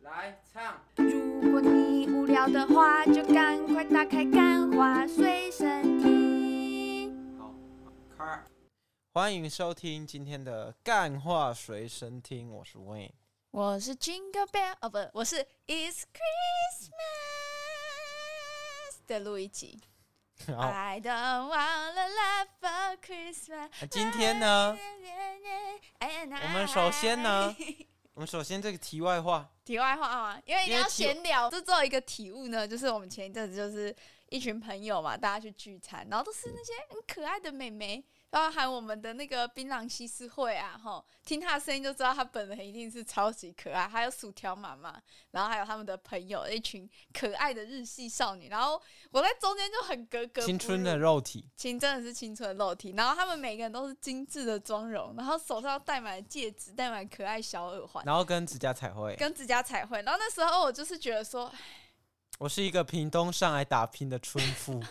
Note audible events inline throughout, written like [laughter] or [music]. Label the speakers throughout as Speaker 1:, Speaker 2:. Speaker 1: 来唱。
Speaker 2: 如果你无聊的话，就赶快打开《干花随身听》。
Speaker 1: 好，开。
Speaker 3: 欢迎收听今天的干话随身听，我是 Wayne。
Speaker 2: 我是 Jingle Bell，哦不，我是 It's Christmas 的录一集。
Speaker 3: 好，
Speaker 2: I don't wanna love for Christmas。
Speaker 3: 那啊今
Speaker 2: [laughs]
Speaker 3: 天呢，
Speaker 2: 我
Speaker 3: 我们首先呢，我们首先这个题外话，
Speaker 2: 题外话嘛，因为一定
Speaker 3: 因为
Speaker 2: 要
Speaker 3: 题外
Speaker 2: 闲聊。这做一个体悟呢，就是我们前一阵子就是一群朋友嘛，大家去聚餐，然后都是那些很可爱的妹妹，然后喊我们的那个槟榔西施会啊，吼，听她的声音就知道她本人一定是超级可爱。还有薯条妈妈，然后还有他们的朋友，一群可爱的日系少女，然后我在中间就很格格不入
Speaker 3: 青春的肉体，
Speaker 2: 青真的是青春的肉体，然后他们每个人都是精致的妆容，然后手上戴满了戒指，戴满可爱小耳环，
Speaker 3: 然后跟指甲彩绘。
Speaker 2: 跟指甲彩绘。然后那时候我就是觉得说， [laughs]
Speaker 3: 我是一个屏东上来打拼的村
Speaker 2: [laughs]
Speaker 3: 妇，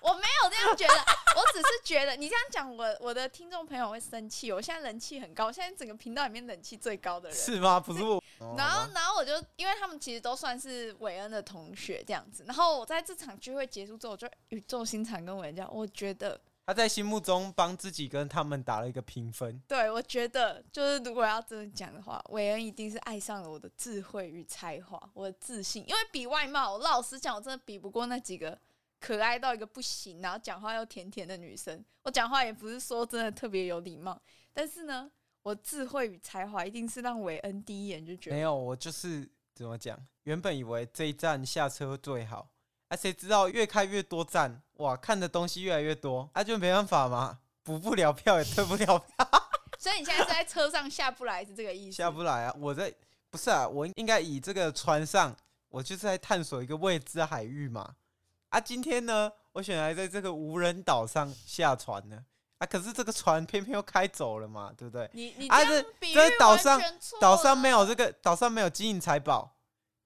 Speaker 2: 我没有这样觉得，我只是觉得你这样讲，我我的听众朋友会生气。我现在人气很高，我现在整个频道里面人气最高的人。
Speaker 3: 是吗？不是我。哦
Speaker 2: 然
Speaker 3: 好
Speaker 2: 后
Speaker 3: 吧，
Speaker 2: 然后我就因为他们其实都算是韦恩的同学这样子。然后我在这场聚会结束之后，我就语重心长跟韦恩讲，我觉得
Speaker 3: 他在心目中帮自己跟他们打了一个评分。
Speaker 2: 对，我觉得就是如果要真的讲的话，韦恩一定是爱上了我的智慧与才华，我的自信。因为比外貌，我老实讲，我真的比不过那几个可爱到一个不行，然后讲话又甜甜的女生。我讲话也不是说真的特别有礼貌，但是呢，我智慧与才华一定是让韦恩第一眼就觉
Speaker 3: 没
Speaker 2: 得
Speaker 3: 有，我就是怎么讲，原本以为这一站下车最好，啊，谁知道越开越多站，哇，看的东西越来越多，啊，就没办法嘛，补不了票也 [laughs] 退不了票，
Speaker 2: 所以你现在是在车上下不来，是这个意思
Speaker 3: 下？不来啊。我在不是啊，我应该以这个船上，我就是在探索一个未知的海域嘛。啊，今天呢，我选来在这个无人岛上下船呢，啊，可是这个船偏偏又开走了嘛，对不对？
Speaker 2: 你你
Speaker 3: 啊
Speaker 2: 这样
Speaker 3: 这
Speaker 2: 比喻
Speaker 3: 这岛
Speaker 2: 完
Speaker 3: 上
Speaker 2: 全错
Speaker 3: [laughs] 岛上没
Speaker 2: 了
Speaker 3: 有这个，岛上没有金银财宝，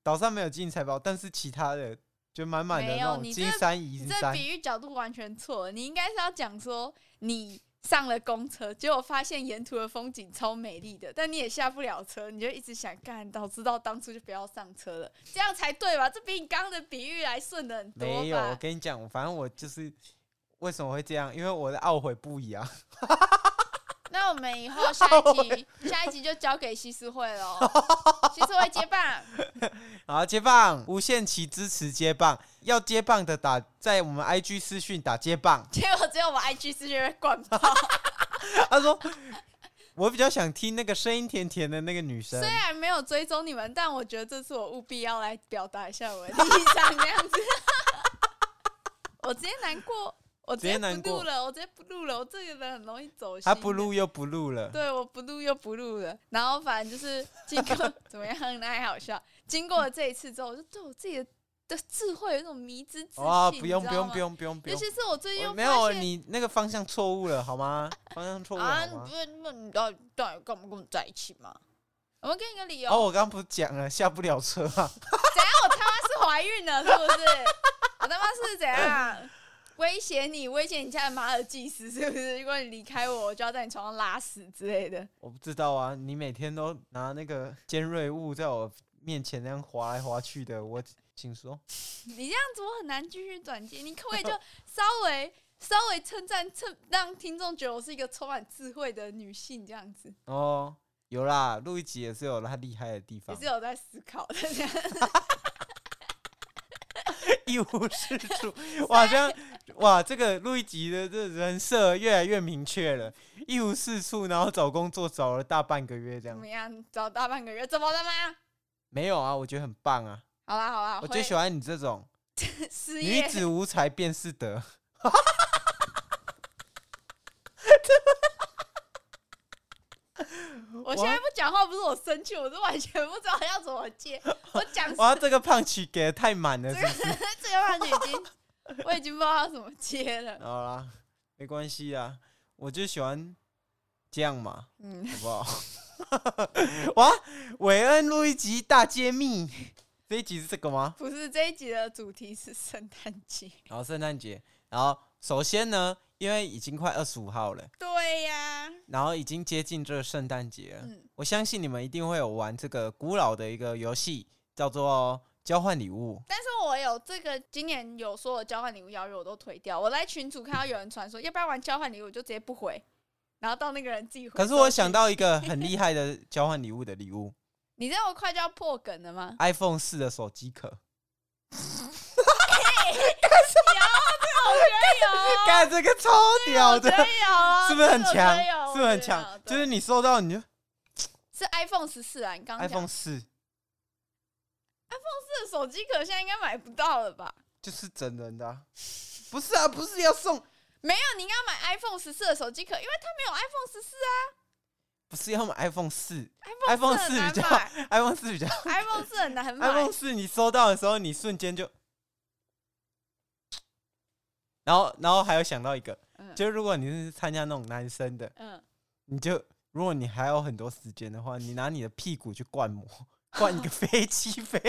Speaker 3: 岛上没有金银财宝，但是其他的就满满的
Speaker 2: 没有
Speaker 3: 那种
Speaker 2: 你这
Speaker 3: 金山银
Speaker 2: 你这
Speaker 3: 山。
Speaker 2: 比喻角度完全错了，你应该是要讲说你上了公车，结果发现沿途的风景超美丽的，但你也下不了车，你就一直想干，早知道当初就不要上车了，这样才对吧？这比你刚刚的比喻来顺的很多
Speaker 3: 没有，我 [laughs]
Speaker 2: 吧？
Speaker 3: 跟你讲，反正我就是为什么会这样，因为我的懊悔不已啊。 [laughs]
Speaker 2: 那我们以后下一集下一集就交给西施会喽，西施会接棒，
Speaker 3: 好，接棒，无限期支持接棒，要接棒的打在我们 IG 私讯打接棒。 [laughs]
Speaker 2: 结果只有我们 IG 是被灌爆，
Speaker 3: 他说，我比较想听那个声音甜甜的那个女生
Speaker 2: 虽。然没有追踪你们，但我觉得这次我务必要来表达一下我的立场，这样子。 [laughs] 我直接难过，我直接
Speaker 3: 直接难
Speaker 2: 不
Speaker 3: 过
Speaker 2: 录了，我直接不录了，我这个人很容易走心。
Speaker 3: 他不，录又不录了，
Speaker 2: 对，我不录又不录了。然后反正就是经过 [laughs] 怎么样，那还好笑。经过了这一次之后，我就对我自己的的智慧有一种迷之自信。
Speaker 3: 哇，
Speaker 2: 你
Speaker 3: 不用
Speaker 2: 知
Speaker 3: 不
Speaker 2: 道
Speaker 3: 用
Speaker 2: 吗
Speaker 3: 不。用不用不
Speaker 2: 尤
Speaker 3: 用
Speaker 2: 其，是我最近
Speaker 3: 我
Speaker 2: 又
Speaker 3: 没
Speaker 2: 发
Speaker 3: 有
Speaker 2: 现
Speaker 3: 你那个方向错误了好吗？方向错误了
Speaker 2: 啊，
Speaker 3: 好
Speaker 2: 你
Speaker 3: 吗
Speaker 2: 不？是你不你到底到底跟不跟我们在一起吗？我们给你个理由。
Speaker 3: 哦，我刚不是讲了，下不了车啊！ [laughs]
Speaker 2: 怎样？我他妈是怀孕了是不是？ [laughs] 我他妈是怎样？威胁你，威胁你家的马尔济斯是不是？如果你离开我，我就要在你床上拉屎之类的。
Speaker 3: 我不知道啊，你每天都拿那个尖锐物在我面前那样划来划去的，我请说。
Speaker 2: 你这样子我很难继续转接。你可不可以
Speaker 3: [laughs]
Speaker 2: 就稍微稍微称赞称让听众觉得我是一个充满智慧的女性这样子，
Speaker 3: 哦，有啦，录一集也是有他厉害的地
Speaker 2: 也
Speaker 3: 方
Speaker 2: 是，有在思考的。
Speaker 3: [laughs] 一无是
Speaker 2: [laughs]
Speaker 3: 处。我好像哇，这个录一集的这人设越来越明确了，一无是处，然后找工作找了大半个月这
Speaker 2: 怎
Speaker 3: 样
Speaker 2: 么。样？找大半个月，怎么了吗？
Speaker 3: 没有啊，我觉得很棒啊，
Speaker 2: 好啦好啦，
Speaker 3: 我最喜欢你这种
Speaker 2: 回 [laughs] 失
Speaker 3: 女
Speaker 2: 业。
Speaker 3: 子无才便是德。 [laughs]
Speaker 2: 我现在不讲话，不是我生气，我是完全不知道要怎么接。我
Speaker 3: [laughs]
Speaker 2: 讲
Speaker 3: 哇，这个胖曲给的太满了，是不是？
Speaker 2: [laughs] 这个话题已经，我已经不知道要怎么接了。
Speaker 3: 好啦，没关系啊，我就喜欢这样嘛，
Speaker 2: 嗯，
Speaker 3: 好不好？ [laughs] 哇，韦恩录一集大揭秘，这一集是这个吗？
Speaker 2: 不是这一集的主题是圣诞节，
Speaker 3: 然后圣诞节，然后首先呢，因为已经快二十五号了，
Speaker 2: 对呀、
Speaker 3: 然后已经接近这个圣诞节了。
Speaker 2: 嗯，
Speaker 3: 我相信你们一定会有玩这个古老的一个游戏，叫做交换礼物。
Speaker 2: 但是我有这个今年有所有交换礼物邀约我都推掉。我在群组看到有人传说要不要玩交换礼物，我就直接不回，然后到那个人自己回收
Speaker 3: 可
Speaker 2: 集。
Speaker 3: 是我想到一个很厉害的交换礼物的礼物
Speaker 2: 你知道我快就要破梗了吗？
Speaker 3: ，iPhone 四的手机壳。
Speaker 2: 有，
Speaker 3: 干这个超 [laughs] 屌
Speaker 2: 这
Speaker 3: 的
Speaker 2: 个，我觉得有，
Speaker 3: 是不是很
Speaker 2: 啊这个我
Speaker 3: 强
Speaker 2: 觉得有？啊
Speaker 3: 是不是很强？就是你收到你就是
Speaker 2: iPhone 十四啊，你刚刚讲
Speaker 3: iPhone 四，
Speaker 2: 这手机壳现在应该买不到了吧？
Speaker 3: 就是整人的啊、不是啊，不是要送，
Speaker 2: 没有，你应该买 iPhone 十四的手机壳，因为它没有 iPhone 十四啊
Speaker 3: 不是要买 iPhone 四
Speaker 2: iPhone
Speaker 3: ，iPhone
Speaker 2: 四
Speaker 3: 四
Speaker 2: 很
Speaker 3: 比较
Speaker 2: 难买 [laughs]
Speaker 3: ，iPhone 四比较
Speaker 2: ，iPhone 四很难买
Speaker 3: ，iPhone 四你收到的时候，你瞬间就，然后然后还有想到一个，
Speaker 2: 嗯
Speaker 3: 就是如果你是参加那种男生的，
Speaker 2: 嗯，
Speaker 3: 你就如果你还有很多时间的话，你拿你的屁股去灌膜，灌
Speaker 2: [laughs]
Speaker 3: 一个飞机飞，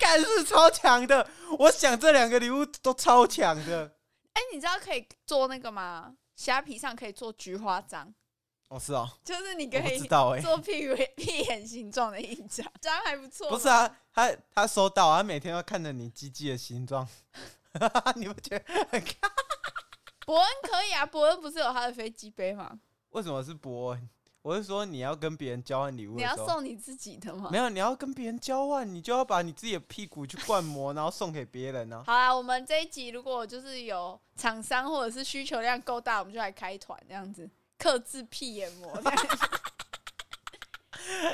Speaker 3: 干是超强的。我想这两个礼物都超强的。
Speaker 2: 哎、你知道可以做那个吗？虾皮上可以做菊花章，
Speaker 3: 哦，是哦，
Speaker 2: 就是你可
Speaker 3: 我不知
Speaker 2: 以
Speaker 3: 道哎、
Speaker 2: 做屁眼 [laughs] 屁眼形状的印章，这样还不错。
Speaker 3: 不是，啊，他他收到，啊他每天要看着你鸡鸡的形状， [laughs] 你不觉得很看？
Speaker 2: 伯恩可以啊，伯恩不是有他的飞机杯吗？
Speaker 3: 为什么是伯恩？我是说你要跟别人交换礼物
Speaker 2: 你
Speaker 3: 的时
Speaker 2: 要
Speaker 3: 候，
Speaker 2: 送你自己的吗
Speaker 3: 没？有，你要跟别人交换，你就要把你自己的屁股去灌膜，然后送给别人啊呢、
Speaker 2: 好啦，我们这一集如果就是有厂商或者是需求量够大，我们就来开团这样子，克制屁眼膜这样。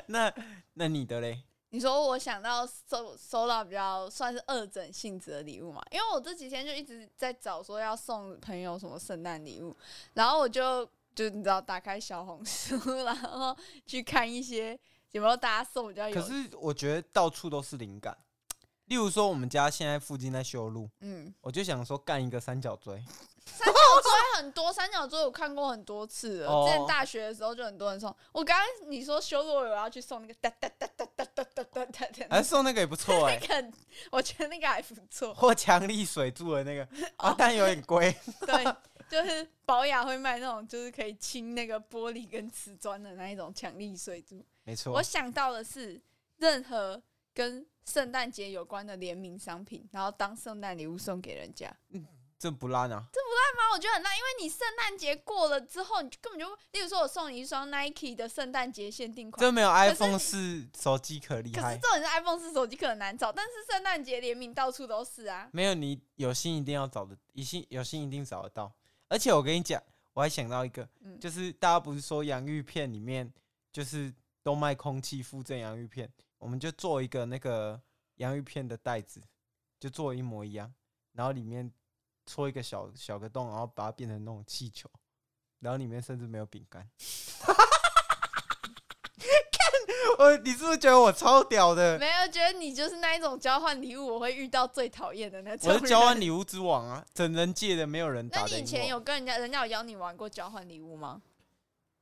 Speaker 3: 那那你的嘞？
Speaker 2: 你说我想到收收到比较算是二整性质的礼物嘛，因为我这几天就一直在找说要送朋友什么圣诞礼物，然后我就就你知道打开小红书， [laughs] 然后去看一些有没有大家送比较有，
Speaker 3: 可是我觉得到处都是灵感，例如说我们家现在附近在修路，
Speaker 2: 嗯，
Speaker 3: 我就想说干一个三角锥，
Speaker 2: 但很多三角锥我看过很多次了，
Speaker 3: 哦
Speaker 2: 之前大学的时候就很多人送。我刚刚你说修罗我要去送那个哒哒哒哒哒哒哒哒哒哒，
Speaker 3: 哎、送那个也
Speaker 2: [laughs]
Speaker 3: 不错哎、
Speaker 2: 那个很我觉得那个还不错，
Speaker 3: 或强力水柱的那个
Speaker 2: 哦
Speaker 3: 啊，但有点贵。
Speaker 2: [laughs] 对，就是保养会卖那种，就是可以清那个玻璃跟瓷砖的那一种强力水珠。
Speaker 3: 没错
Speaker 2: 我，想到的是任何跟圣诞节有关的联名商品，然后当圣诞礼物送给人家。
Speaker 3: 这不烂啊，
Speaker 2: 那我觉得很烂，因为你圣诞节过了之后，你就根本就，例如说我送你一双 Nike 的圣诞节限定款。
Speaker 3: 这没有
Speaker 2: 是
Speaker 3: iPhone 四手机壳厉
Speaker 2: 可是
Speaker 3: 害。
Speaker 2: 这种是 iPhone 四手机可能难找，但是圣诞节联名到处都是啊。
Speaker 3: 没有你有心一定要找的，一心有心一定找得到。而且我跟你讲，我还想到一个，
Speaker 2: 嗯
Speaker 3: 就是大家不是说洋芋片里面就是都卖空气附赠洋芋片，我们就做一个那个洋芋片的袋子，就做一模一样，然后里面戳一个小小个洞，然后把它变成那种气球，然后里面甚至没有饼
Speaker 2: [laughs]
Speaker 3: 干。 [laughs] 看我，你是不是觉得我超屌的？
Speaker 2: 没有，觉得你就是那一种交换礼物，我会遇到最讨厌的那种
Speaker 3: 我
Speaker 2: 人。
Speaker 3: 是交换礼物之王啊，整人界的没有人打
Speaker 2: 那
Speaker 3: 得赢
Speaker 2: 你
Speaker 3: 我。
Speaker 2: 以前有跟人家人家有邀你玩过交换礼物吗？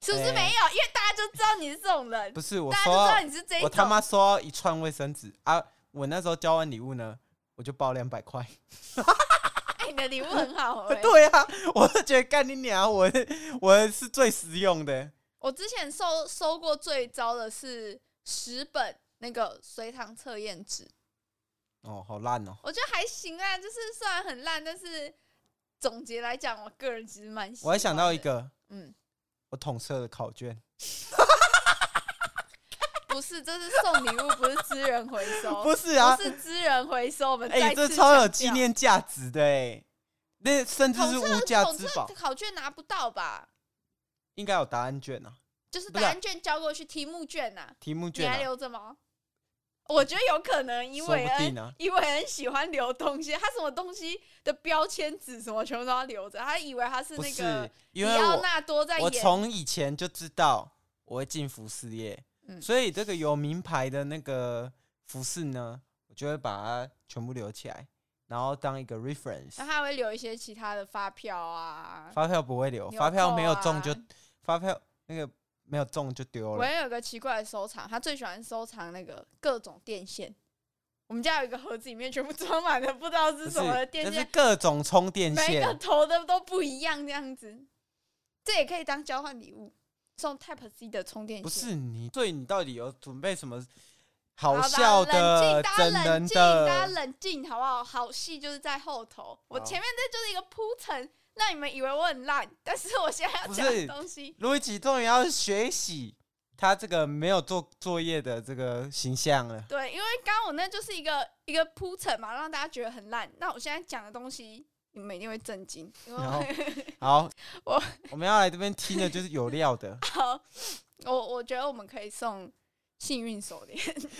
Speaker 2: 是不是
Speaker 3: 哎
Speaker 2: 没有？因为大家就知道你是这种人，
Speaker 3: 不是我
Speaker 2: 大家
Speaker 3: 收
Speaker 2: 就知
Speaker 3: 到
Speaker 2: 道，你是这一种。
Speaker 3: 我他妈收到一串卫生纸啊！我那时候交换礼物呢，我就包两百块。
Speaker 2: 哎，你的礼物很
Speaker 3: [laughs]
Speaker 2: 好、哎
Speaker 3: 对啊，我就觉得干你娘，我我是最实用的。
Speaker 2: 我之前收收过最糟的是十本那个随堂测验纸，
Speaker 3: 哦，好烂哦！
Speaker 2: 我觉得还行啊，就是虽然很烂，但是总结来讲，我个人其实蛮喜
Speaker 3: 我还想到
Speaker 2: 欢
Speaker 3: 一
Speaker 2: 的，
Speaker 3: 个，
Speaker 2: 嗯，
Speaker 3: 我统测的考卷，
Speaker 2: 不是，这是送礼物，不是资源回收，
Speaker 3: [laughs] 不是啊
Speaker 2: 哦不？是资源回收。我们
Speaker 3: 哎、
Speaker 2: 再
Speaker 3: 这
Speaker 2: 次
Speaker 3: 超有
Speaker 2: 强
Speaker 3: 纪
Speaker 2: 调
Speaker 3: 念价值的哎、那甚至
Speaker 2: 统
Speaker 3: 是
Speaker 2: 测
Speaker 3: 无价
Speaker 2: 统
Speaker 3: 之
Speaker 2: 测
Speaker 3: 宝。
Speaker 2: 考卷拿不到吧？
Speaker 3: 应该有答案卷啊，
Speaker 2: 就是
Speaker 3: 不是
Speaker 2: 答
Speaker 3: 啊
Speaker 2: 案卷交过去，题目卷呐、
Speaker 3: 题目
Speaker 2: 你
Speaker 3: 卷
Speaker 2: 还
Speaker 3: 啊，
Speaker 2: 留着吗？我觉得有可能，因
Speaker 3: 说
Speaker 2: 为
Speaker 3: 不
Speaker 2: 恩
Speaker 3: 定啊。
Speaker 2: 因为恩喜欢留东西，他什么东西的标签纸什么全部都要留着，他以为他是
Speaker 3: 不
Speaker 2: 那个
Speaker 3: 是，
Speaker 2: 里
Speaker 3: 因为
Speaker 2: 奥
Speaker 3: 我
Speaker 2: 纳多在
Speaker 3: 我
Speaker 2: 演，
Speaker 3: 从以前就知道我会进服饰业，
Speaker 2: 嗯
Speaker 3: 所以这个有名牌的那个服饰呢，我就会把它全部留起来，然后当一个
Speaker 2: 然
Speaker 3: reference。
Speaker 2: 后他会留一些其他的发票啊。
Speaker 3: 发票不会留，
Speaker 2: 纽
Speaker 3: 发票没有
Speaker 2: 扣啊
Speaker 3: 中就发票那个没有中就丢
Speaker 2: 我
Speaker 3: 了。
Speaker 2: 也有个奇怪的收藏，他最喜欢收藏那个各种电线。我们家有一个盒子，里面全部装满了不知道
Speaker 3: 不
Speaker 2: 是
Speaker 3: 是
Speaker 2: 什么的，
Speaker 3: 那
Speaker 2: 电
Speaker 3: 是
Speaker 2: 线，
Speaker 3: 各种充电
Speaker 2: 每个
Speaker 3: 线，
Speaker 2: 头的都不一样，这样子，这也可以当交换礼物，送 Type C 的充电线。
Speaker 3: 不是你，所以你到底有准备什么好
Speaker 2: 吧
Speaker 3: 笑的、
Speaker 2: 冷静，
Speaker 3: 整
Speaker 2: 大家
Speaker 3: 人
Speaker 2: 冷静，大家
Speaker 3: 的？
Speaker 2: 冷静，好不好？好戏就是在后头，我
Speaker 3: 好
Speaker 2: 前面这就是一个铺陈，让你们以为我很烂，但是我现在要
Speaker 3: 不
Speaker 2: 讲的
Speaker 3: 是
Speaker 2: 东西，
Speaker 3: 路易吉终于要学习他这个没有做作业的这个形象了。
Speaker 2: 对，因为刚刚我那就是一个一个铺陈嘛，让大家觉得很烂。那我现在讲的东西，你们一定会震惊，因为 [laughs] 我
Speaker 3: 然后好，
Speaker 2: 哦我
Speaker 3: 我们要来这边听的就是有料
Speaker 2: [laughs]
Speaker 3: 的，
Speaker 2: 好，我我觉得我们可以送幸运手链，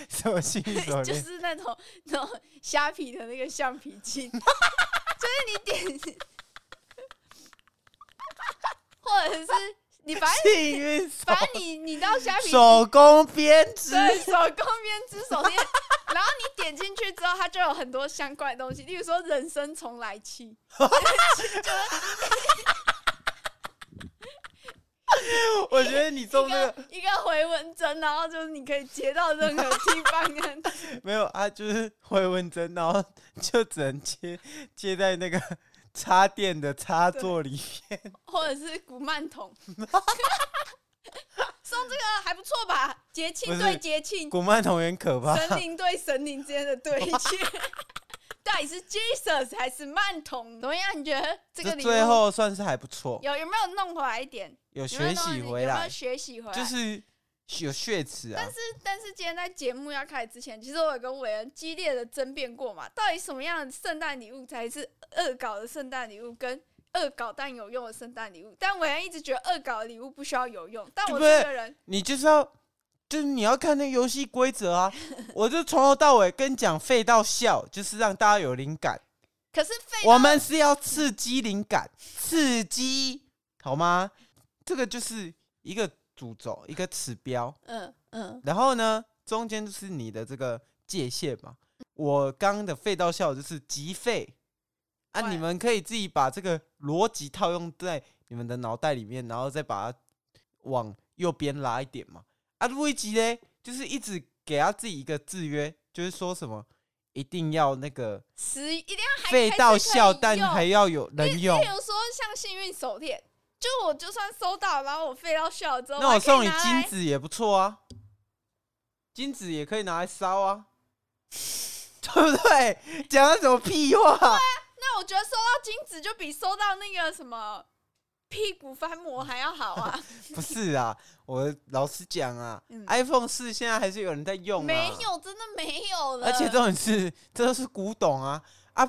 Speaker 3: 什么新手
Speaker 2: 就
Speaker 3: 链？
Speaker 2: 是那种那种虾皮的那个橡皮
Speaker 3: [laughs]
Speaker 2: 筋，就是你点，或者是你反正
Speaker 3: 幸运手
Speaker 2: 反正你你到虾皮
Speaker 3: 手工编织，
Speaker 2: 对手工编织
Speaker 3: [laughs]
Speaker 2: 手链，然后你点进去之后，它就有很多相关的东西，例如说人生重来期，
Speaker 3: 我觉得你中
Speaker 2: 一
Speaker 3: 这个
Speaker 2: 个一个回纹针，然后就是你可以接到任何地方的
Speaker 3: [laughs] 没有啊，就是回纹针，然后就只能接接在那个插电的插座里面。
Speaker 2: 或者是古曼
Speaker 3: [laughs]
Speaker 2: 童。 [laughs] 送这个还不错吧？节
Speaker 3: 不
Speaker 2: 庆
Speaker 3: 是
Speaker 2: 对节庆，
Speaker 3: 古曼童很可怕，
Speaker 2: 神灵对神灵之间的对 [laughs] 决，到底是 Jesus 还是曼童？怎么样？啊你觉得这个
Speaker 3: 这
Speaker 2: 礼物
Speaker 3: 最后算是还不错，
Speaker 2: 有有没有弄回来一点？有
Speaker 3: 有
Speaker 2: 没
Speaker 3: 学
Speaker 2: 有弄
Speaker 3: 习
Speaker 2: 有
Speaker 3: 回
Speaker 2: 没
Speaker 3: 来
Speaker 2: 有，学习回来？
Speaker 3: 就是有血池啊
Speaker 2: 但。是，但是今天在节目要开始之前，其实我有跟伟恩激烈的争辩过嘛，到底什么样的圣诞礼物才是恶搞的圣诞礼物，跟恶搞但有用的圣诞礼物？但伟恩一直觉得恶搞的礼物不需要有用，但我
Speaker 3: 对不对
Speaker 2: 这个人
Speaker 3: 你就是要，就是你要看那个游戏规则啊。我就从头到尾跟你讲废到笑，就是让大家有灵感。
Speaker 2: 可是废
Speaker 3: 我们是要刺激灵感，刺激好吗？这个就是一个主轴，一个指标。
Speaker 2: 嗯嗯
Speaker 3: 然后呢，中间就是你的这个界限嘛。我刚刚的废到笑就是极废啊，
Speaker 2: 对
Speaker 3: 你们可以自己把这个逻辑套用在你们的脑袋里面，然后再把它往右边拉一点嘛。啊，路易吉嘞，就是一直给他自己一个制约，就是说什么一定要那个
Speaker 2: 十一定要还
Speaker 3: 废到笑，但还
Speaker 2: 还是可以
Speaker 3: 要有人用
Speaker 2: 用。例。如说像幸运手链，就我就算收到，然后我废到笑了之后，
Speaker 3: 那
Speaker 2: 我还
Speaker 3: 我
Speaker 2: 可以
Speaker 3: 送你
Speaker 2: 拿
Speaker 3: 金
Speaker 2: 来，
Speaker 3: 子也不错啊，金子也可以拿来烧啊， [laughs] 对不对？讲那什么屁话？ [laughs]
Speaker 2: 那我觉得收到金子就比收到那个什么屁股翻膜还要好 [laughs] 啊。
Speaker 3: 不是啊，我老实讲啊、
Speaker 2: 嗯
Speaker 3: i p h o n e 四现在还是有人在用啊，
Speaker 2: 没，有，真的没有了。
Speaker 3: 而且重点是这都是古董啊啊！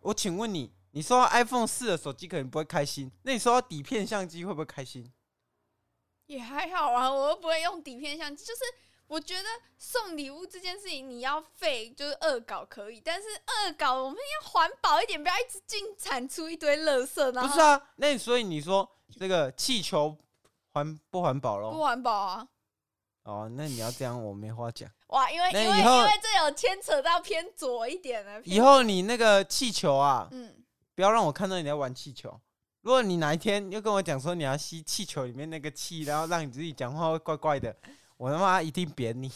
Speaker 3: 我请问你，你收到 iPhone 四的手机可能不会开心，那你收到底片相机会不会开心？
Speaker 2: 也还好啊，我又不会用底片相机。就是我觉得送礼物这件事情，你要废就是恶搞可以，但是恶搞我们要环保一点，不要一直进产出一堆垃圾，然
Speaker 3: 不
Speaker 2: 后
Speaker 3: 是啊，那你所以你说这个气球环不环保
Speaker 2: 不
Speaker 3: 咯？
Speaker 2: 环保啊。
Speaker 3: 哦，那你要这样，我没话讲。
Speaker 2: 哇，因为
Speaker 3: 那
Speaker 2: 因为
Speaker 3: 以后
Speaker 2: 因为这有牵扯到偏左一点了，偏
Speaker 3: 以后你那个气球啊，
Speaker 2: 嗯，
Speaker 3: 不要让我看到你在玩气球。如果你哪一天又跟我讲说你要吸气球里面那个气，然后让你自己讲话会怪怪的，我他妈一定扁你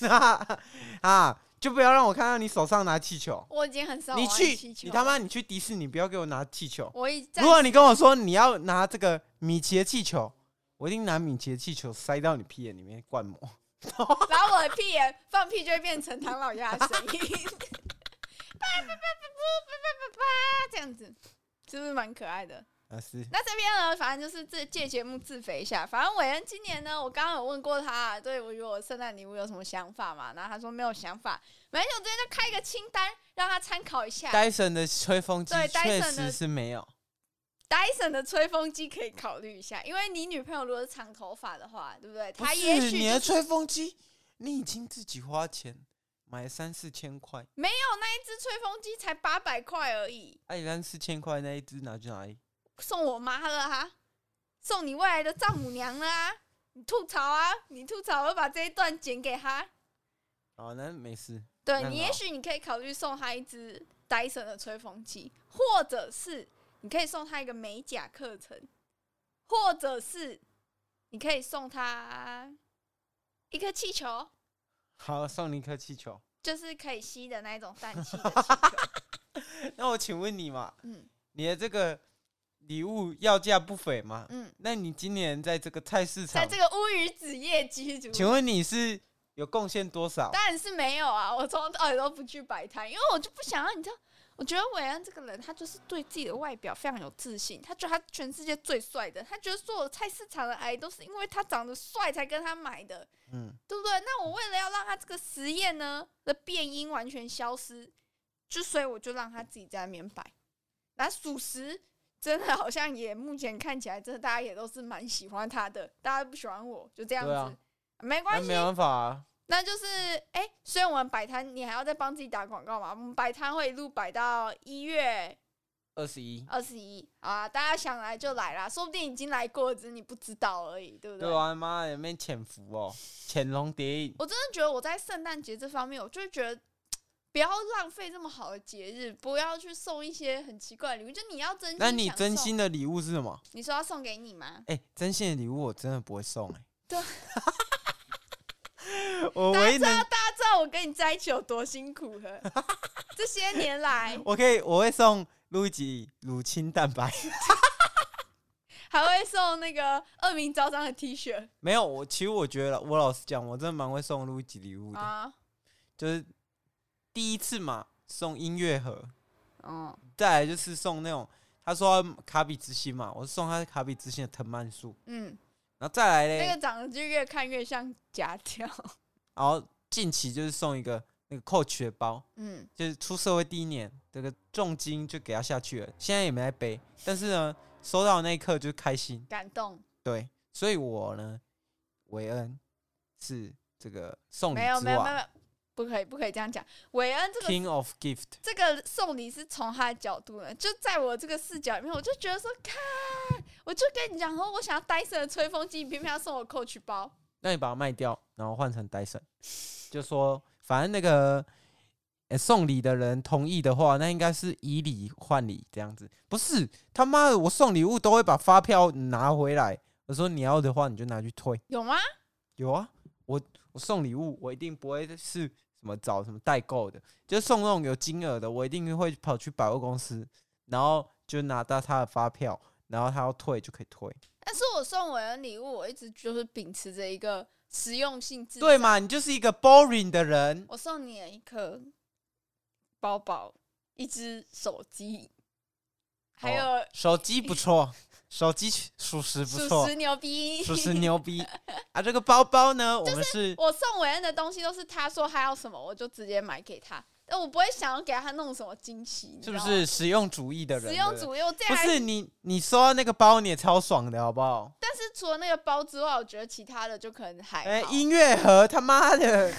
Speaker 3: [laughs] 啊！就不要让我看到你手上拿气球。
Speaker 2: 我已经很少
Speaker 3: 你
Speaker 2: 玩
Speaker 3: 去
Speaker 2: 气，球
Speaker 3: 你他
Speaker 2: 了，
Speaker 3: 妈你去迪士尼，不要给我拿气球。
Speaker 2: 我已
Speaker 3: 如
Speaker 2: [laughs]
Speaker 3: 果你跟我说你要拿这个米奇的气球，我一定拿米奇的气球塞到你屁眼里面
Speaker 2: [laughs]
Speaker 3: 灌膜。
Speaker 2: 然后我的屁眼放屁就会变成唐老鸭的声音，叭叭叭叭 [laughs] 叭叭叭叭叭，这样子是不是蛮可爱的？
Speaker 3: 啊是，
Speaker 2: 那这边呢，反正就是这借节目自肥一下。反正伟恩今年呢，我刚刚有问过他，对我觉得我圣诞礼物有什么想法嘛？然后他说没有想法，没有，我这边就开一个清单让他参考一下。
Speaker 3: 戴森的吹风机
Speaker 2: 对
Speaker 3: 确
Speaker 2: Dyson
Speaker 3: 实
Speaker 2: 的
Speaker 3: 是没有。
Speaker 2: 戴森的吹风机可以考虑一下，因为你女朋友如果是长头发的话，对不对？
Speaker 3: 不
Speaker 2: 她
Speaker 3: 是
Speaker 2: 也许
Speaker 3: 你
Speaker 2: 就是
Speaker 3: 的吹风机，你已经自己花钱买三四千块，
Speaker 2: 没有那一只吹风机才八百块而已，
Speaker 3: 啊，你三四千块那一只拿去哪里？
Speaker 2: 送我妈了啊，送你未来的丈母娘了啊！你吐槽啊，你吐槽，我会把这一段剪给她。
Speaker 3: 哦，那没事，
Speaker 2: 对
Speaker 3: 那
Speaker 2: 你，
Speaker 3: 很
Speaker 2: 也
Speaker 3: 好
Speaker 2: 许你可以考虑送他一支 Dyson 的吹风机，或者是你可以送他一个美甲课程，或者是你可以送他一颗气球，
Speaker 3: 好，送你一颗气球。
Speaker 2: 就是可以吸的那一种氮气的气球。
Speaker 3: [laughs] 那我请问你嘛，
Speaker 2: 嗯
Speaker 3: 你的这个礼物要价不菲嘛？
Speaker 2: 嗯，
Speaker 3: 那你今年在这个菜市
Speaker 2: 在
Speaker 3: 场，
Speaker 2: 这个乌鱼子夜居住，
Speaker 3: 请问你是有贡献多少？
Speaker 2: 当然是没有啊！我从头到尾都不去摆摊，因为我就不想要你知道。我觉得韦恩这个人，他就是对自己的外表非常有自信，他觉得他全世界最帅的，他觉得所有菜市场的阿姨都是因为他长得帅才跟他买的，
Speaker 3: 嗯，
Speaker 2: 对不对？那我为了要让他这个实验呢的变音完全消失，就所以我就让他自己在那边摆。那属实，真的好像也目前看起来，真的大家也都是蛮喜欢他的，大家不喜欢我，就这样子，
Speaker 3: 对啊
Speaker 2: 没
Speaker 3: 那
Speaker 2: 关系
Speaker 3: 没，办法啊。
Speaker 2: 那就是哎、虽然我们摆摊，你还要再帮自己打广告嘛，我们摆摊会一路摆到一月
Speaker 3: 二十一，
Speaker 2: 二十一啊，大家想来就来啦，说不定已经来过，只是你不知道而已，对不
Speaker 3: 对啊，妈的，有没有潜伏哦，潜龙谍影。
Speaker 2: 我真的觉得我在圣诞节这方面，我就会觉得不要浪费这么好的节日，不要去送一些很奇怪的礼物。就你要真心，
Speaker 3: 那你真，心的礼物是什么？
Speaker 2: 你说要送给你吗？
Speaker 3: 哎、真心的礼物我真的不会送哎、
Speaker 2: 对啊
Speaker 3: [laughs] 我
Speaker 2: 大家
Speaker 3: 唯一
Speaker 2: 知道，
Speaker 3: 能，
Speaker 2: 大家知道我跟你在一起有多辛苦
Speaker 3: [laughs]
Speaker 2: 了。这些年来，
Speaker 3: 我可以，我会送录一集乳清蛋白。 [laughs]
Speaker 2: 还会送那个恶名昭彰的 T 恤
Speaker 3: 没有，我其实我觉得，我老实讲，我真的蛮会送录一集礼物的，
Speaker 2: 啊，
Speaker 3: 就是第一次嘛，送音乐盒，
Speaker 2: 嗯，
Speaker 3: 再来就是送那种他说他卡比之心嘛，我送他卡比之心的藤蔓树，
Speaker 2: 嗯，
Speaker 3: 然后再来嘞，
Speaker 2: 那个长得就越看越像假条，
Speaker 3: 然后近期就是送一个那个 Coach 的包，
Speaker 2: [laughs] 嗯，
Speaker 3: 就是出社会第一年，这个重金就给他下去了，现在也没在背，但是呢，收到的那一刻就开心，
Speaker 2: 感动，
Speaker 3: 对，所以我呢，韦恩是这个送礼
Speaker 2: 没有
Speaker 3: 之
Speaker 2: 没有没有，没
Speaker 3: 王
Speaker 2: 有不可以不可以这样讲，韦恩这个
Speaker 3: ，King of Gift。
Speaker 2: 这个送礼是从他的角度呢，就在我这个视角里面，我就觉得说，看，我就跟你讲说，我想要戴森的吹风机，你偏偏要送我 Coach 包，
Speaker 3: 那你把它卖掉，然后换成 Dyson，就说反正那个、呃送礼的人同意的话，那应该是以礼换礼这样子。不是他妈的，我送礼物都会把发票拿回来。我说你要的话，你就拿去退。
Speaker 2: 有吗？
Speaker 3: 有啊，我我送礼物，我一定不会是什么找什么代购的，就送那种有金额的，我一定会跑去百货公司，然后就拿到他的发票，然后他要退就可以退。
Speaker 2: 但是我送伟恩礼物，我一直就是秉持着一个实用性质。
Speaker 3: 对？嘛，你就是一个 boring 的人。
Speaker 2: 我送你一颗包包，一只手机，还有
Speaker 3: 手机不错，手机属实不
Speaker 2: 属
Speaker 3: 错
Speaker 2: 实，牛逼。
Speaker 3: 属实
Speaker 2: [laughs]
Speaker 3: 牛逼啊！这个包包呢，我们是
Speaker 2: 我送伟恩的东西都是他说他要什么，我就直接买给他，但我不会想要给他弄什么惊喜，你
Speaker 3: 是
Speaker 2: 知
Speaker 3: 不
Speaker 2: 道吗
Speaker 3: 是实用主义的人？
Speaker 2: 实用
Speaker 3: 对不
Speaker 2: 主义？我这
Speaker 3: 对
Speaker 2: 样
Speaker 3: 不
Speaker 2: 还
Speaker 3: 是你，你收到那个包你也超爽的，好不好？
Speaker 2: 但是除了那个包之外，我觉得其他的就可能还
Speaker 3: 哎，
Speaker 2: 好。
Speaker 3: 音乐盒他
Speaker 2: [laughs]
Speaker 3: 妈的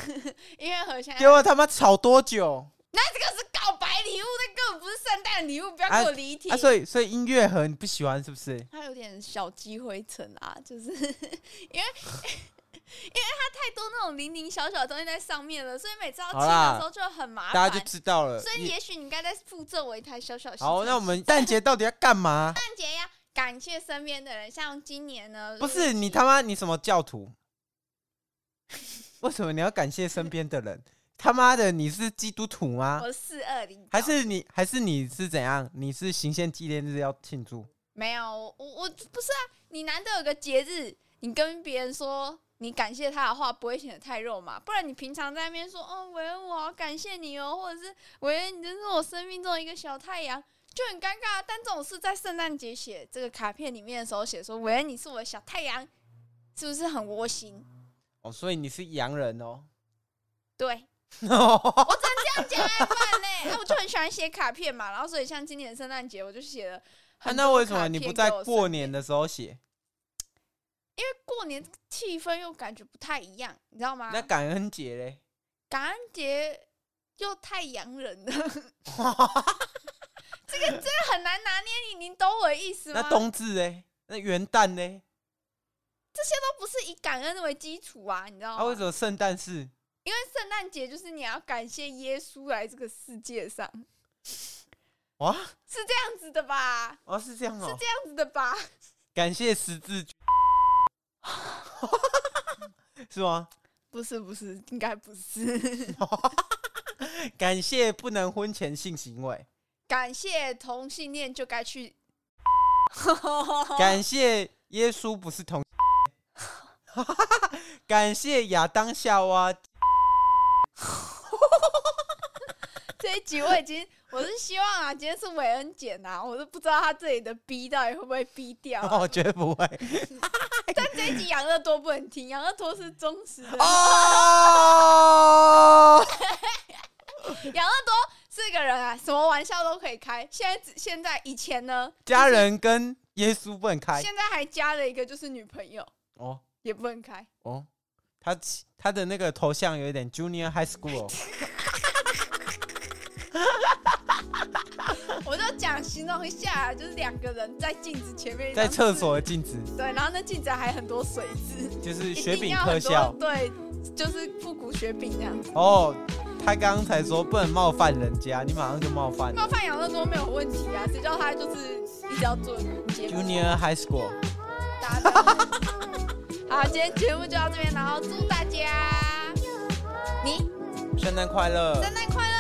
Speaker 2: 音乐盒现在
Speaker 3: 给我他妈吵多久
Speaker 2: 那这个是告白礼物，那根本不是圣诞礼物，不要给我离题。
Speaker 3: 啊？所以所以音乐盒你不喜欢是不是？
Speaker 2: 它有点小积灰尘啊，就是因为因为它太多那种零零小小的东西在上面了，所以每次要清
Speaker 3: 好啦
Speaker 2: 的时候就很麻
Speaker 3: 大
Speaker 2: 烦
Speaker 3: 家。就知道了。
Speaker 2: 所以
Speaker 3: 一
Speaker 2: 也许你应该再附赠我一台小小吸尘器。
Speaker 3: 好，那我们蛋节到底要
Speaker 2: [laughs]
Speaker 3: 干嘛？
Speaker 2: 圣诞节要感谢身边的人，像今年呢，
Speaker 3: 不是你他妈你什么教徒？为什么你要感谢身边的人？ [laughs] 他妈的，你是基督徒吗？
Speaker 2: 我四二零，
Speaker 3: 还是你还是你是怎样？你是行宪纪念日要庆祝？
Speaker 2: 没有，我我我不是啊！你难得有个节日，你跟别人说你感谢他的话，不会显得太肉麻。不然你平常在那边说，哦，韦恩，我好感谢你哦，或者是韦恩，你真是我生命中的一个小太阳，就很尴尬啊。但这种事在圣诞节写这个卡片里面的时候写说，韦恩，你是我的小太阳，是不是很窝心？
Speaker 3: 哦，所以你是洋人哦。 [laughs]
Speaker 2: 对，这样讲还办嘞。 [laughs] 哎、我就很喜欢写卡片嘛，然后所以像今年圣诞节，我就写了
Speaker 3: 啊
Speaker 2: 很
Speaker 3: 那
Speaker 2: 多
Speaker 3: 为什么
Speaker 2: 卡
Speaker 3: 你不
Speaker 2: 片
Speaker 3: 在
Speaker 2: 给我
Speaker 3: 过
Speaker 2: 身
Speaker 3: 年的时候写？
Speaker 2: 过年气氛又感觉不太一样，你知道吗？
Speaker 3: 那感恩节嘞？
Speaker 2: 感恩节又太洋人
Speaker 3: [laughs]
Speaker 2: 了，这个真的很难拿捏你，您懂我的意思吗？
Speaker 3: 那冬至嘞？那元旦嘞？
Speaker 2: 都不是以感恩为基础啊，你知道吗？
Speaker 3: 啊，为什么圣诞是？
Speaker 2: 因为圣诞节就是你要感谢耶稣来这个世界上，
Speaker 3: 哇，
Speaker 2: 是这样子的吧？
Speaker 3: 哦，是这样
Speaker 2: 是
Speaker 3: 哦。
Speaker 2: 这样子的吧？
Speaker 3: 感谢十字， [laughs] 是吗？
Speaker 2: 不是不是，应该不是。
Speaker 3: [laughs] 感谢不能婚前性行为，
Speaker 2: 感谢同性恋就该去， [laughs]
Speaker 3: 感谢耶稣不是同， [laughs] 感谢亚当
Speaker 2: [laughs]
Speaker 3: 夏娃，
Speaker 2: 这一集我已经，我是希望啊，今天是韦恩剪啊，我都不知道他这里的逼到底会不会逼掉、
Speaker 3: [laughs]
Speaker 2: 啊。
Speaker 3: 我觉得哦不会。
Speaker 2: 但这一集养乐多不能听，养乐多是忠实的，
Speaker 3: [laughs] 哦，
Speaker 2: 养乐多这个人啊，什么玩笑都可以开。现在只现在以前呢，
Speaker 3: [laughs] 家人跟耶稣不能开
Speaker 2: 现在还加了一个就是女朋友
Speaker 3: 哦
Speaker 2: 也不能开。
Speaker 3: 哦，他他的那个头像有一点 Junior
Speaker 2: [laughs]
Speaker 3: High School，哦
Speaker 2: 我就讲形容一下，啊就是两个人在镜子前面，
Speaker 3: 在
Speaker 2: 然后
Speaker 3: 厕所的镜子
Speaker 2: 对，然后那镜子还很多水渍，
Speaker 3: 就是
Speaker 2: 一
Speaker 3: 雪
Speaker 2: 定
Speaker 3: 饼
Speaker 2: 要
Speaker 3: 特
Speaker 2: 很多
Speaker 3: 效
Speaker 2: 对，就是复古雪饼这样子。
Speaker 3: 哦。他刚才说不能冒犯人家，你马上就冒犯了
Speaker 2: 冒犯养乐多没有问题啊，谁叫他就是一直要做节目
Speaker 3: Junior High School。
Speaker 2: 大家都好，今天节目就到这边，然后祝大家你
Speaker 3: 圣诞快乐！
Speaker 2: 圣诞快乐。